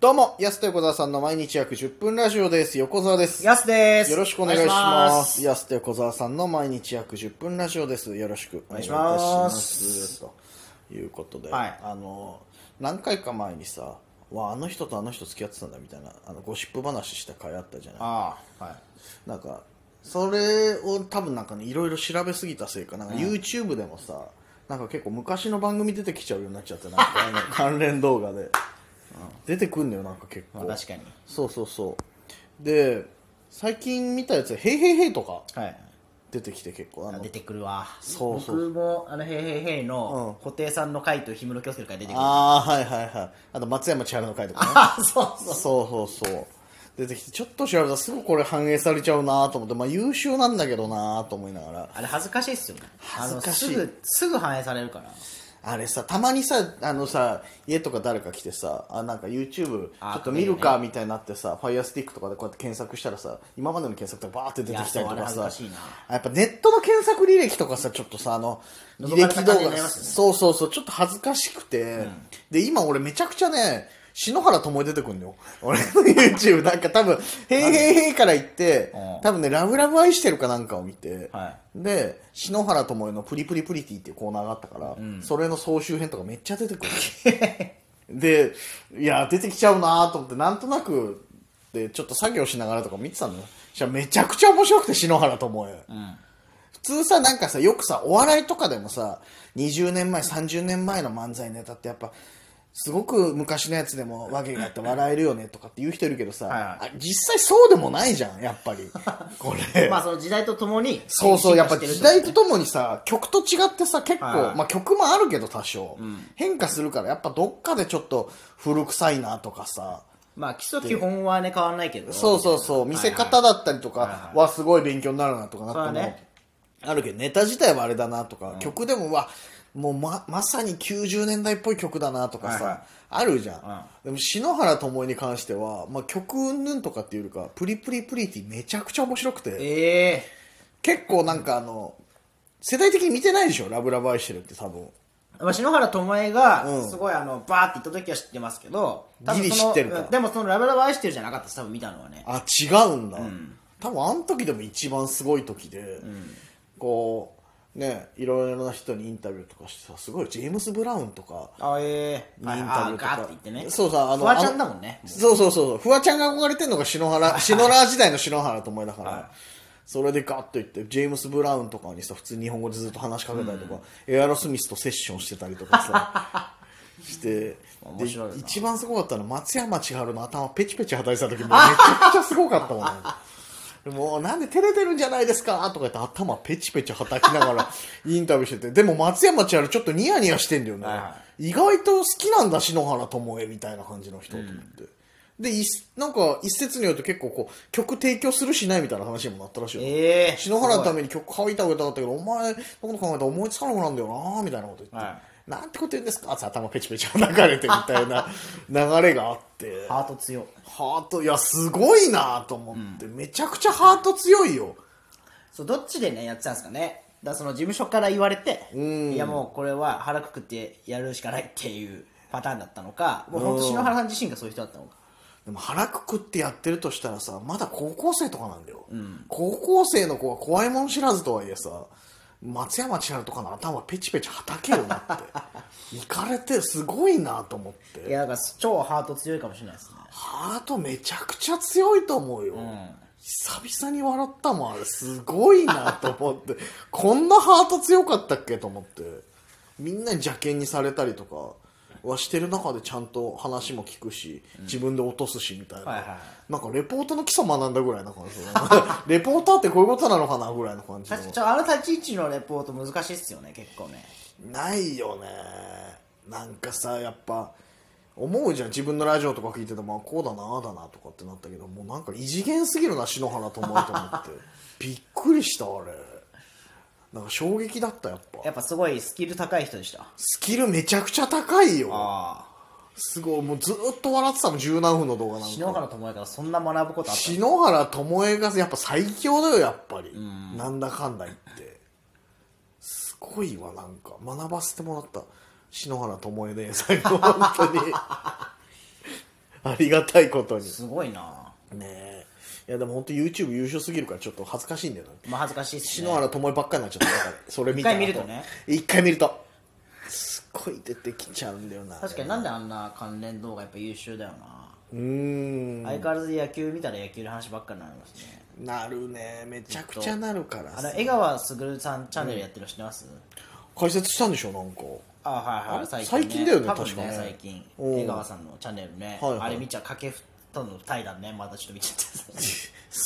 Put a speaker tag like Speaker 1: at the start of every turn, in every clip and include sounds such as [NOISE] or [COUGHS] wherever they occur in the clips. Speaker 1: どうも、安と横澤さんの毎日約10分ラジオです。横澤です。
Speaker 2: やすです。
Speaker 1: よろしくお願いします。
Speaker 2: お願いし
Speaker 1: 安と横澤さんの毎日約10分ラジオです。よろしくお願いいたし
Speaker 2: お願いし
Speaker 1: ま。
Speaker 2: ます
Speaker 1: ということで、
Speaker 2: はい
Speaker 1: あの、何回か前にさ、わあの人とあの人付き合ってたんだみたいな、あの、ゴシップ話した回あったじゃない。
Speaker 2: ああ、はい。
Speaker 1: なんか、それを多分なんかね、いろいろ調べすぎたせいか、なんか YouTube でもさ、なんか結構昔の番組出てきちゃうようになっちゃって、なんかあの関連動画
Speaker 2: [LAUGHS]
Speaker 1: で。出てくんのよ、なんか結構。
Speaker 2: まあ確かに。
Speaker 1: そうそうそうで最近見たやつ「ヘイヘイヘイ」とか
Speaker 2: はい。
Speaker 1: 出てきて結構あ
Speaker 2: あ
Speaker 1: の
Speaker 2: 出てくるわ。
Speaker 1: そうそう
Speaker 2: 僕も、あの、へいへいへいの、布袋さんの回と氷室京介の回出てくる。
Speaker 1: ああはいはいはいあと松山千春の回とかね
Speaker 2: あ、そうそ
Speaker 1: そ
Speaker 2: う。
Speaker 1: うそうそう出てきてちょっと調べたらすぐこれ反映されちゃうなと思ってまあ優秀なんだけどなと思いながら
Speaker 2: あれ恥ずかしいっすよね。
Speaker 1: 恥ずかしい
Speaker 2: あのすぐ、すぐ反映されるから。
Speaker 1: あれさたまにさあのさ家とか誰か来てさあなんか YouTube ちょ
Speaker 2: あ
Speaker 1: っと見るか
Speaker 2: 見
Speaker 1: みたいになってさ、ファイアスティックとかでこうやって検索したらさ今までの検索とかバーって出てきたりと
Speaker 2: いや
Speaker 1: か
Speaker 2: そうあれ
Speaker 1: さ
Speaker 2: 恥ずかしいな
Speaker 1: あやっぱネットの検索履歴とかさちょっとさあの履
Speaker 2: 覗かれ
Speaker 1: 歴
Speaker 2: た
Speaker 1: 動
Speaker 2: 感じに
Speaker 1: 画、
Speaker 2: なりますよね
Speaker 1: そうそうそうちょっと恥ずかしくて、で今俺めちゃくちゃね篠原ともえ出てくんのよ俺の YouTube なんか多分「へいへいへい」から言って
Speaker 2: うん
Speaker 1: 多分ね「ラブラブ愛してる」かなんかを見て、
Speaker 2: はい
Speaker 1: で篠原ともえの「プリプリプリティ」っていうコーナーがあったから、それの総集編とかめっちゃ出てくる [LAUGHS] でいや出てきちゃうなと思ってなんとなくでちょっと作業しながらとか見てたのよそしたらめちゃくちゃ面白くて篠原ともえ、普通さなんかさよくさお笑いとかでもさ20年前30年前の漫才ネタってやっぱすごく昔のやつでも和芸があ
Speaker 2: [LAUGHS]
Speaker 1: って笑えるよねとかって言う人いるけどさ、
Speaker 2: はいはい
Speaker 1: あ実際そうでもないじゃんやっぱりこれ
Speaker 2: まあ、その時代とともに、
Speaker 1: そうそう、やっぱ
Speaker 2: 進化し
Speaker 1: 時
Speaker 2: てる
Speaker 1: 代とともにさ、曲と違ってさ、結構、
Speaker 2: はいはい
Speaker 1: まあ曲もあるけど多少、変化するから、やっぱどっかでちょっと古臭いなとかさ、
Speaker 2: まあ、基礎基本はね、変わんないけど。
Speaker 1: そうそうそう、見せ方だったりとかはすごい勉強になるなとかなって
Speaker 2: それ
Speaker 1: も
Speaker 2: はね、
Speaker 1: あるけど、ネタ自体はあれだなとか、曲でもうわ、もうま、まさに90年代っぽい曲だなとかさ、
Speaker 2: はいはい
Speaker 1: あるじゃん。でも、篠原ともえに関しては、まあ曲うんぬんとかっていうよりか、プリプリプリティめちゃくちゃ面白くて。
Speaker 2: ええ
Speaker 1: 結構なんかあの、世代的に見てないでしょラブラブ愛してるって多分。
Speaker 2: まあ、篠原ともえが
Speaker 1: うん
Speaker 2: すごいあのバーって言った時は知ってますけど多分
Speaker 1: ギリ
Speaker 2: その
Speaker 1: 知ってるから
Speaker 2: うんでもその「ラブラブ愛してる」じゃなかったです多分見たのはね
Speaker 1: あ、違うんだ。多分あの時でも一番すごい時で、こう、ね、いろいろな人にインタビューとかしてさ、すごい、ジェームス・ブラウンとか、
Speaker 2: あええ
Speaker 1: にインタ
Speaker 2: あ
Speaker 1: ビュー
Speaker 2: ー
Speaker 1: と
Speaker 2: ガー
Speaker 1: か
Speaker 2: って言ってね
Speaker 1: そうさあの
Speaker 2: フワちゃんだもんね
Speaker 1: そうそうそうそう、フワちゃんが憧れてるのが篠原、篠原時代の篠原と思いだから、それでガッといって、ジェームス・ブラウンとかにさ、普通に日本語でずっと話しかけたりとか、エアロスミスとセッションしてたりとかさ、
Speaker 2: [LAUGHS]
Speaker 1: して、で
Speaker 2: 面白いな
Speaker 1: 一番すごかったのは松山千春の頭ペチペチ叩いてた時もうめちゃくちゃすごかったもんね。もうなんで照れてるんじゃないですかとか言って頭ペチペチ叩きなが
Speaker 2: [LAUGHS]
Speaker 1: らインタビューしててでも松山千春ちょっとニヤニヤしてんだよね、
Speaker 2: はいは
Speaker 1: 意外と好きなんだ篠原智恵みたいな感じの人と思って、でいなんか一説によると結構こう曲提供するしないみたいな話にもなったらしいよ、
Speaker 2: ええ
Speaker 1: 篠原のために曲書いてあげたかったけどお前のこと考えたら思いつかなくなるんだよなみたいなこと言って、
Speaker 2: は
Speaker 1: なんてこと言うんですかって頭ペチペチ叩かれてみたいな流れがあって
Speaker 2: ハート強
Speaker 1: ハートいやすごいなと思って、めちゃくちゃハート強いよ
Speaker 2: そうどっちでねやってたんですかねだからその事務所から言われていやもうこれは腹くくってやるしかないっていうパターンだったのかもう本当篠原さん自身がそういう人だったのか
Speaker 1: でも腹くくってやってるとしたらさまだ高校生とかなんだよ、高校生の子は怖いもん知らずとはいえさ松山千春とかの頭ペチペチはたけよなっていかれてすごいなと思って
Speaker 2: いやだから超ハート強いかもしれないですね
Speaker 1: ハートめちゃくちゃ強いと思うよ、久々に笑ったもんあれすごいなと思って [LAUGHS] こんなハート強かったっけと思ってみんなに邪険にされたりとかはしてる中でちゃんと話も聞くし自分で落とすしみたいな、
Speaker 2: はいはいは
Speaker 1: なんかレポートの基礎学んだぐらいな感じだな [LAUGHS] レポーターってこういうことなのかなぐらいの感じの
Speaker 2: 確かにちょあの立ち位置のレポート難しいっすよね結構ね
Speaker 1: ないよねなんかさやっぱ思うじゃん自分のラジオとか聞いててもあこうだなああだなとかってなったけどもうなんか異次元すぎるな篠原と思えと思
Speaker 2: [LAUGHS]
Speaker 1: ってびっくりしたあれなんか衝撃だったやっぱ
Speaker 2: やっぱすごいスキル高い人でした
Speaker 1: スキルめちゃくちゃ高いよ
Speaker 2: あ
Speaker 1: すごいもうずーっと笑ってたもん十何分の動画なん
Speaker 2: 篠
Speaker 1: か
Speaker 2: 原智也からそんな学ぶことあったの
Speaker 1: 篠原智恵がやっぱ最強だよやっぱりなんだかんだ言ってすごいわなんか学
Speaker 2: [LAUGHS]
Speaker 1: ばせてもらった篠原智恵で最後本当にありがたいことに。
Speaker 2: すごいな
Speaker 1: ねえ。いやでも本当 YouTube 優勝すぎるからちょっと恥ずかしいんだよな。
Speaker 2: まあ恥ずかしいです
Speaker 1: 篠
Speaker 2: ね
Speaker 1: 原ともえばっかりになっちゃったから、それ見たら
Speaker 2: 一回見るとね。
Speaker 1: 一回見ると。すっごい出てきちゃうんだよな。
Speaker 2: 確かになんであんな関連動画やっぱ優秀だよな、
Speaker 1: うーん。
Speaker 2: 相変わらず野球見たら野球の話ばっかりになりますね
Speaker 1: なるね。めちゃくちゃなるから
Speaker 2: あの江川卓さんチャンネルやってるの知ってます、
Speaker 1: 解説したんでしょ、なんか。
Speaker 2: あはい
Speaker 1: あ
Speaker 2: は
Speaker 1: れ
Speaker 2: い最近,、
Speaker 1: 最近だよね
Speaker 2: 多分
Speaker 1: 確かね
Speaker 2: 最近
Speaker 1: うん
Speaker 2: 江川さんのチャンネルね、
Speaker 1: はいはい
Speaker 2: あれ見ちゃう掛布との対談ねまたちょっと見ちゃっ
Speaker 1: 好
Speaker 2: て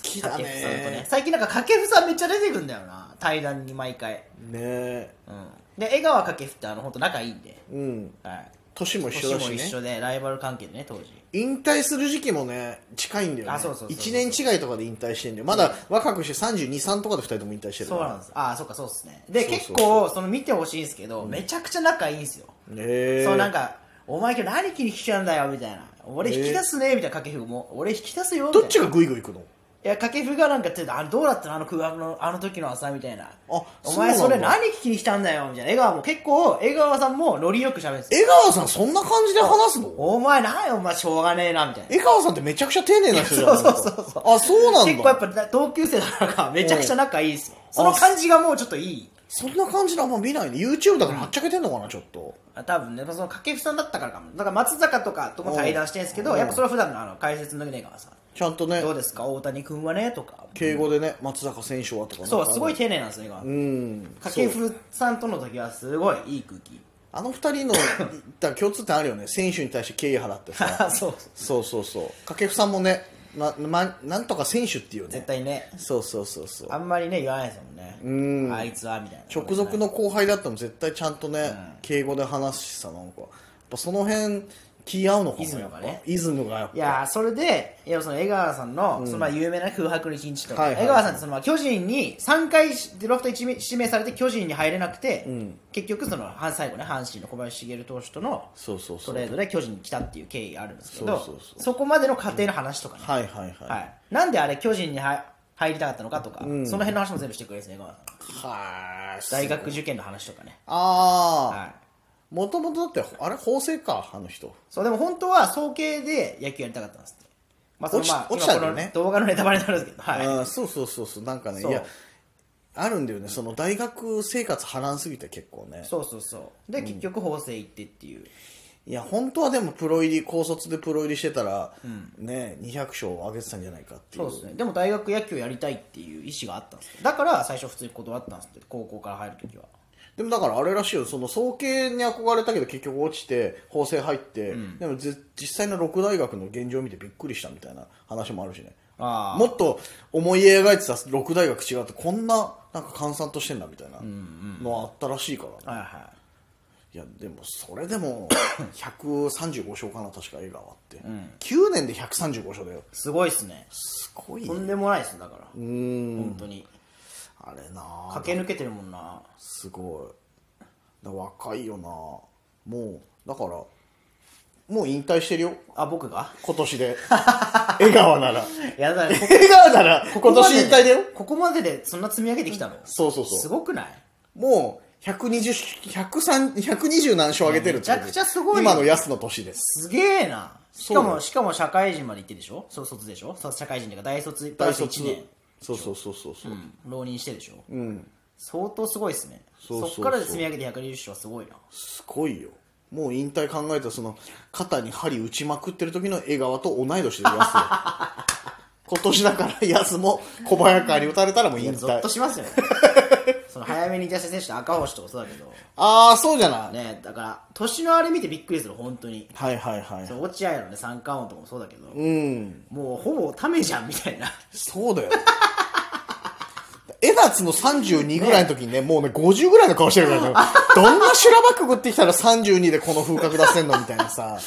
Speaker 1: き [LAUGHS] だ
Speaker 2: 掛布さんとね
Speaker 1: ね。
Speaker 2: 最近なんか掛布さんめっちゃ出てくんだよな対談に毎回、
Speaker 1: ねえ。
Speaker 2: うん、で江川掛布ってあの本当仲いいんで、
Speaker 1: うん。
Speaker 2: はい、
Speaker 1: 年も一緒
Speaker 2: 年
Speaker 1: だ
Speaker 2: も
Speaker 1: し
Speaker 2: 一
Speaker 1: ね。
Speaker 2: 緒でライバル関係でね当時
Speaker 1: 引退する時期もね、近いんだよね。
Speaker 2: あそうそうそう
Speaker 1: 1年違いとかで引退してんだよ。まだ若くして32、3とかで2人とも引退してるか
Speaker 2: そう
Speaker 1: ら。
Speaker 2: なんですああそっかそうっすねで
Speaker 1: そうそうそう
Speaker 2: 結構その見てほしいんですけど、めちゃくちゃ仲いいんですよ、
Speaker 1: ねえ。
Speaker 2: そうなんか「お前今日何気に引きちゃうんだよ」みたいな「俺引き出すね」みたいな掛布も「俺引き出すよ」みた
Speaker 1: ど
Speaker 2: いな
Speaker 1: っちがグイグイ行くの
Speaker 2: いや掛布がなんかってあれどうだったのあの空白のあの時の朝みたいなお前
Speaker 1: そう
Speaker 2: そ
Speaker 1: な
Speaker 2: れ
Speaker 1: んだ
Speaker 2: 何聞きに来たんだよみたいな江川も結構江川さんもノリよく喋るんですよ
Speaker 1: 江川さんそんな感じで話すの
Speaker 2: お前何お前しょうがねえなみたいな
Speaker 1: 江川さんってめちゃくちゃ丁寧な人じゃん
Speaker 2: そうそうそうそう
Speaker 1: あそうなんだ
Speaker 2: 結構やっぱ同級生だからめちゃくちゃ仲いいですよその
Speaker 1: あ
Speaker 2: 感じがもうちょっといい
Speaker 1: そんな感じのあんま見ないね YouTube だからはっちゃけてんのかなちょっと
Speaker 2: あ多分ねその掛布さんだったからかもだから松坂とかとも対談してるんですけどやっぱそれは普段のあの解説のね江川さん
Speaker 1: ちゃんとね
Speaker 2: どうですか大谷君はねとか
Speaker 1: 敬語でね松坂選手はとか
Speaker 2: そうすご
Speaker 1: い
Speaker 2: い丁寧なんですよ江川
Speaker 1: うん
Speaker 2: 掛
Speaker 1: そう
Speaker 2: 布さんとの時はすごいいい空気
Speaker 1: あの二人のだから共通点あるよ
Speaker 2: [LAUGHS]
Speaker 1: ね選手に対して敬意払ってさ
Speaker 2: そうそ
Speaker 1: そ
Speaker 2: う
Speaker 1: うそうそう掛布さんもねな,、ま、なんとか選手っていうね
Speaker 2: 絶対ね
Speaker 1: そうそうそうそう
Speaker 2: あんまりね言わないですもんねあいつはみたいな
Speaker 1: 直属の後輩だっても絶対ちゃんとね、敬語で話すしさなんかやっぱその辺気合うのかも
Speaker 2: イズムがね
Speaker 1: やっぱイズムがやっぱ
Speaker 2: いやーそれでいやその江川さんのそのまあ有名な空白の一日とか、
Speaker 1: はいはいはい
Speaker 2: 江川さんってそのまあ巨人に3回ドラフト1名指名されて巨人に入れなくて、結局そのは最後ね阪神の小林茂投手との
Speaker 1: そうそうそ
Speaker 2: ト
Speaker 1: う
Speaker 2: レードで巨人に来たっていう経緯があるんですけど
Speaker 1: そうそうそ
Speaker 2: こまでの過程の話とかね、
Speaker 1: はいはいはい
Speaker 2: はい
Speaker 1: は
Speaker 2: なんであれ巨人に入入りたかったのかとか、その辺の話も全部してくれるんですね江川さん
Speaker 1: あ
Speaker 2: 大学受験の話とかね
Speaker 1: ああ
Speaker 2: はい
Speaker 1: もともとだってあれ法政かあの人
Speaker 2: そうでも本当は早計で野球やりたかったんですって、まあそのまあ、
Speaker 1: 落ち落ちたんだ
Speaker 2: 今
Speaker 1: よ
Speaker 2: こ
Speaker 1: ね
Speaker 2: の動画のネタバレになるんですけどはい
Speaker 1: あーそうそうそうそうなんかねい
Speaker 2: そう
Speaker 1: やあるんだよねその大学生活波乱すぎて結構ね
Speaker 2: そうそうそうで、結局法政行ってっていう
Speaker 1: いや本当はでもプロ入り高卒でプロ入りしてたら、ね200勝上げてたんじゃないかってい
Speaker 2: そううですねでも大学野球やりたいっていう意思があったんですよだから最初普通に断ったんですって高校から入る時は
Speaker 1: でもだからあれらしいよその総計に憧れたけど結局落ちて法政入って、でもぜ実際の六大学の現状を見てびっくりしたみたいな話もあるしね
Speaker 2: あー
Speaker 1: もっと思い描いてた六大学違うってこんななんか閑散としてんだみたいなのあったらしいからね、
Speaker 2: はいはい
Speaker 1: やでもそれで
Speaker 2: [COUGHS]
Speaker 1: も135勝かな確か江川って、9年で135勝だよ
Speaker 2: いすごいっすね
Speaker 1: すごい
Speaker 2: と
Speaker 1: ね
Speaker 2: んでもないっすねだから本当に
Speaker 1: あれなあ
Speaker 2: 駆け抜けてるもんな
Speaker 1: すごいだ若いよなもうだからもう引退してるよ
Speaker 2: あ僕
Speaker 1: [LAUGHS]
Speaker 2: が
Speaker 1: 今年で
Speaker 2: [LAUGHS]
Speaker 1: 江川なら
Speaker 2: やだね [LAUGHS] ここ
Speaker 1: 江川なら今年引退だよ
Speaker 2: ここまででそんな積み上げてきたの
Speaker 1: そうそう
Speaker 2: す
Speaker 1: そう
Speaker 2: ごくない
Speaker 1: もう120 103 120何勝上げてるってこと
Speaker 2: めちゃくちゃすごいよ
Speaker 1: 今の安の年です
Speaker 2: すげえなし
Speaker 1: そ
Speaker 2: か
Speaker 1: うだ
Speaker 2: も
Speaker 1: よ
Speaker 2: しかも社会人まで行ってでしょそう卒でしょそう社会人というか大卒プラ
Speaker 1: 大
Speaker 2: ス1
Speaker 1: 卒
Speaker 2: 年
Speaker 1: そうそうそうそうそう、
Speaker 2: 浪人してでしょ、相当すごいですね
Speaker 1: そうそうそう
Speaker 2: っからで積み上げて120勝はすごいな
Speaker 1: すごいよもう引退考えたらその肩に針打ちまくってる時の江川と同い年でいますよ [LAUGHS] 今年だから安も小早川に打たれたらもう引
Speaker 2: ゾッと
Speaker 1: 退
Speaker 2: しますよ
Speaker 1: [LAUGHS]
Speaker 2: ねその早めに出した選手の赤星とかそうだけど
Speaker 1: ああそうじゃない、
Speaker 2: ねだから年のあれ見てびっくりする本当に
Speaker 1: はいはいはい
Speaker 2: そう落合のね三冠王とかもそうだけど、
Speaker 1: うん
Speaker 2: もうほぼためじゃんみたいな
Speaker 1: そうだよ [LAUGHS] 江夏の32ぐらいの時にね、もうね、50ぐらいの顔してるからね、どんな修羅場くぐってきたら32でこの風格出せんのみたいなさ、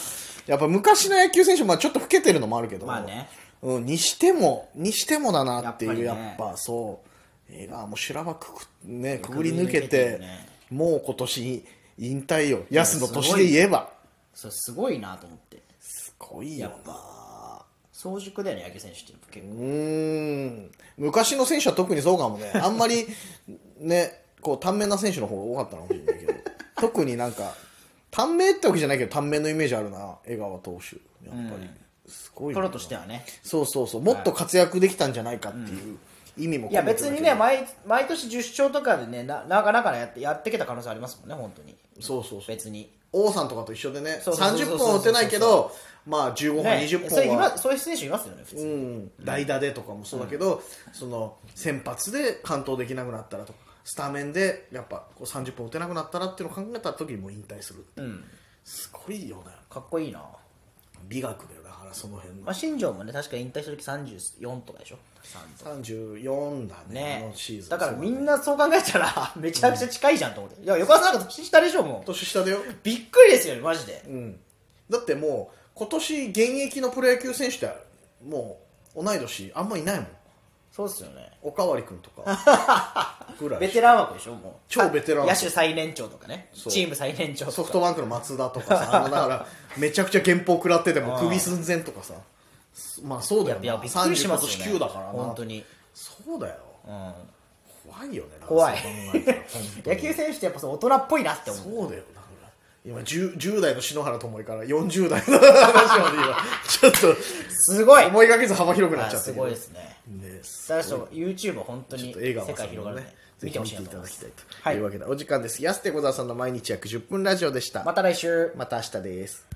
Speaker 1: やっぱ昔の野球選手、まあちょっと老けてるのもあるけど、
Speaker 2: まあね
Speaker 1: うん、にしても、にしてもだなっていう、や
Speaker 2: やっ
Speaker 1: っ
Speaker 2: ぱりね
Speaker 1: ぱそう、江川も修羅場くぐ,、ね、くぐり抜
Speaker 2: くぐり抜け
Speaker 1: け
Speaker 2: てる
Speaker 1: て、
Speaker 2: ね
Speaker 1: もう今年引退よ、安の年で言えば、
Speaker 2: それすごいなと思って
Speaker 1: すごいよな。
Speaker 2: 早熟だよね野球選手ってやっぱ結構
Speaker 1: うーん昔の選手は特にそうかもね、あんまり、 [LAUGHS] ね、こう短命な選手の方が多かったのかもしれないけど、特になんか、短命ってわけじゃないけど、短命のイメージあるな、江川投手、やっぱり。すごいな
Speaker 2: プロとしてはね
Speaker 1: そうそうそうもっと活躍できたんじゃないかっていう意味も
Speaker 2: いや別に
Speaker 1: 込めて
Speaker 2: ね
Speaker 1: だ
Speaker 2: 毎毎年10勝とかでねななかなかやってやってきた可能性ありますもんね本当に
Speaker 1: けどそうそうそう
Speaker 2: 別に
Speaker 1: 王さんとかと一緒でね
Speaker 2: そうそうそうそう
Speaker 1: 30本は打てないけどまあ15本、
Speaker 2: ね
Speaker 1: 20
Speaker 2: それ
Speaker 1: 本
Speaker 2: 今
Speaker 1: は
Speaker 2: そういう選手いますよね普通に、
Speaker 1: うん代打でとかもそうだけど、その先発で完投できなくなったらとかスタメンでやっぱこう30本打てなくなったらっていうのを考えた時にもう引退するっていう、すごいよね
Speaker 2: かっこいいな、
Speaker 1: 美学だよだからその辺の
Speaker 2: まあ、新庄もね確か引退した時34とかでしょ
Speaker 1: 34だねあ
Speaker 2: ね
Speaker 1: のシーズン
Speaker 2: だからみん
Speaker 1: な
Speaker 2: なそう考えたらめちゃくちゃ近いじゃんと思って、いや横浜さんなんか年下でしょもう
Speaker 1: 年下だよ
Speaker 2: びっくりですよねマジで、
Speaker 1: だってもう今年現役のプロ野球選手ってもう同い年あんまいないもん
Speaker 2: そうっすよね
Speaker 1: おかわり君とか [LAUGHS] ぐら
Speaker 2: ベ
Speaker 1: い
Speaker 2: テラン枠でしょもう
Speaker 1: 超ベテラン枠
Speaker 2: 野手最年長とかね
Speaker 1: そう
Speaker 2: チーム最年長
Speaker 1: ソ
Speaker 2: と
Speaker 1: フ
Speaker 2: か
Speaker 1: トバンクの松田とかさ
Speaker 2: [LAUGHS]
Speaker 1: あのだからめちゃくちゃ原稿食らってても首寸前とかさまあそうだよ
Speaker 2: いや
Speaker 1: な
Speaker 2: びっくりしますよ、
Speaker 1: 39
Speaker 2: ね、
Speaker 1: だからな
Speaker 2: 本当に、
Speaker 1: そうだよ
Speaker 2: うん、
Speaker 1: 怖いよね
Speaker 2: 怖い
Speaker 1: なんかそう考えたら
Speaker 2: [LAUGHS] 野球選手ってやっぱそう大人っぽいなって思う
Speaker 1: そうだよな今 10, 10代の篠原ともえから40代の話まで今 [LAUGHS] ちょっと
Speaker 2: すごい
Speaker 1: 思いがけず幅広くな
Speaker 2: あ
Speaker 1: っちゃって
Speaker 2: すごいですね
Speaker 1: ね
Speaker 2: だからそう YouTube 本当に世
Speaker 1: 映画も
Speaker 2: 界広がるね
Speaker 1: ねぜ
Speaker 2: 見
Speaker 1: ひ
Speaker 2: てほ
Speaker 1: 見
Speaker 2: しい
Speaker 1: て
Speaker 2: な
Speaker 1: ただ
Speaker 2: いと思いま
Speaker 1: き
Speaker 2: す
Speaker 1: たいと
Speaker 2: はい
Speaker 1: いうわけでお時間です安手小沢さんの毎日約10分ラジオでした
Speaker 2: また来週
Speaker 1: また明日です